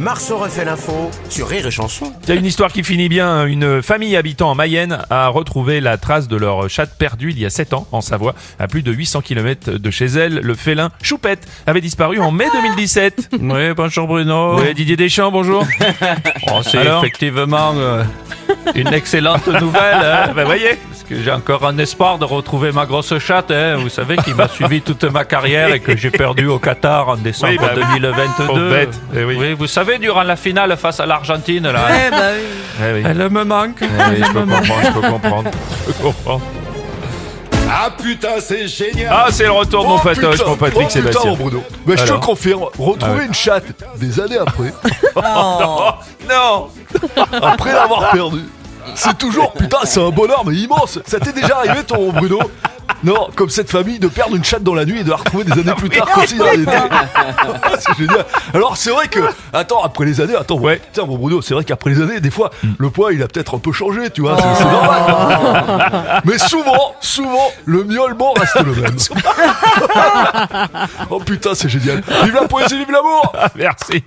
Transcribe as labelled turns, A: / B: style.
A: Marceau refait l'info sur Rire et Chanson.
B: Il y a une histoire qui finit bien. Une famille habitant en Mayenne a retrouvé la trace de leur chatte perdue il y a 7 ans en Savoie, à plus de 800 km de chez elle. Le félin Choupette avait disparu en mai 2017.
C: Oui, bonjour Bruno.
B: Ouais, Didier Deschamps, bonjour.
C: Oh, c'est
B: Alors
C: effectivement euh, une excellente nouvelle. hein.
B: Bah voyez,
C: Parce que j'ai encore un espoir de retrouver ma grosse chatte, hein. vous savez, qui m'a suivi toute ma carrière et que j'ai perdu au Qatar en décembre
B: Oui, bah oui. Pauvre
C: 2022.
B: bête, eh oui.
C: vous savez, durant la finale face à l'Argentine, là, hein, elle me manque.
B: je peux comprendre, je peux comprendre. Je peux comprendre.
D: Ah putain, c'est génial
B: Ah, c'est le retour de mon patoche,
D: putain,
B: mon Patrick
D: oh, Putain,
B: Sébastien.
D: mon Bruno. Bah, je te
B: Alors
D: confirme, retrouver une chatte des années après,
B: Non
D: après l'avoir perdue, c'est toujours putain, c'est un bonheur mais immense. Ça t'est déjà arrivé, ton Bruno Non, comme cette famille de perdre une chatte dans la nuit et de la retrouver des années plus tard, comme si de rien n'était. c'est génial. Alors c'est vrai que, attends, après les années, attends,
B: Ouais. Mm.
D: putain, mon Bruno, c'est vrai qu'après les années, des fois, le poids il a peut-être un peu changé, tu vois, c'est- c'est normal. Mais souvent, souvent, le miaulement reste le même. oh putain, c'est génial. Vive la poésie, vive l'amour
B: Merci.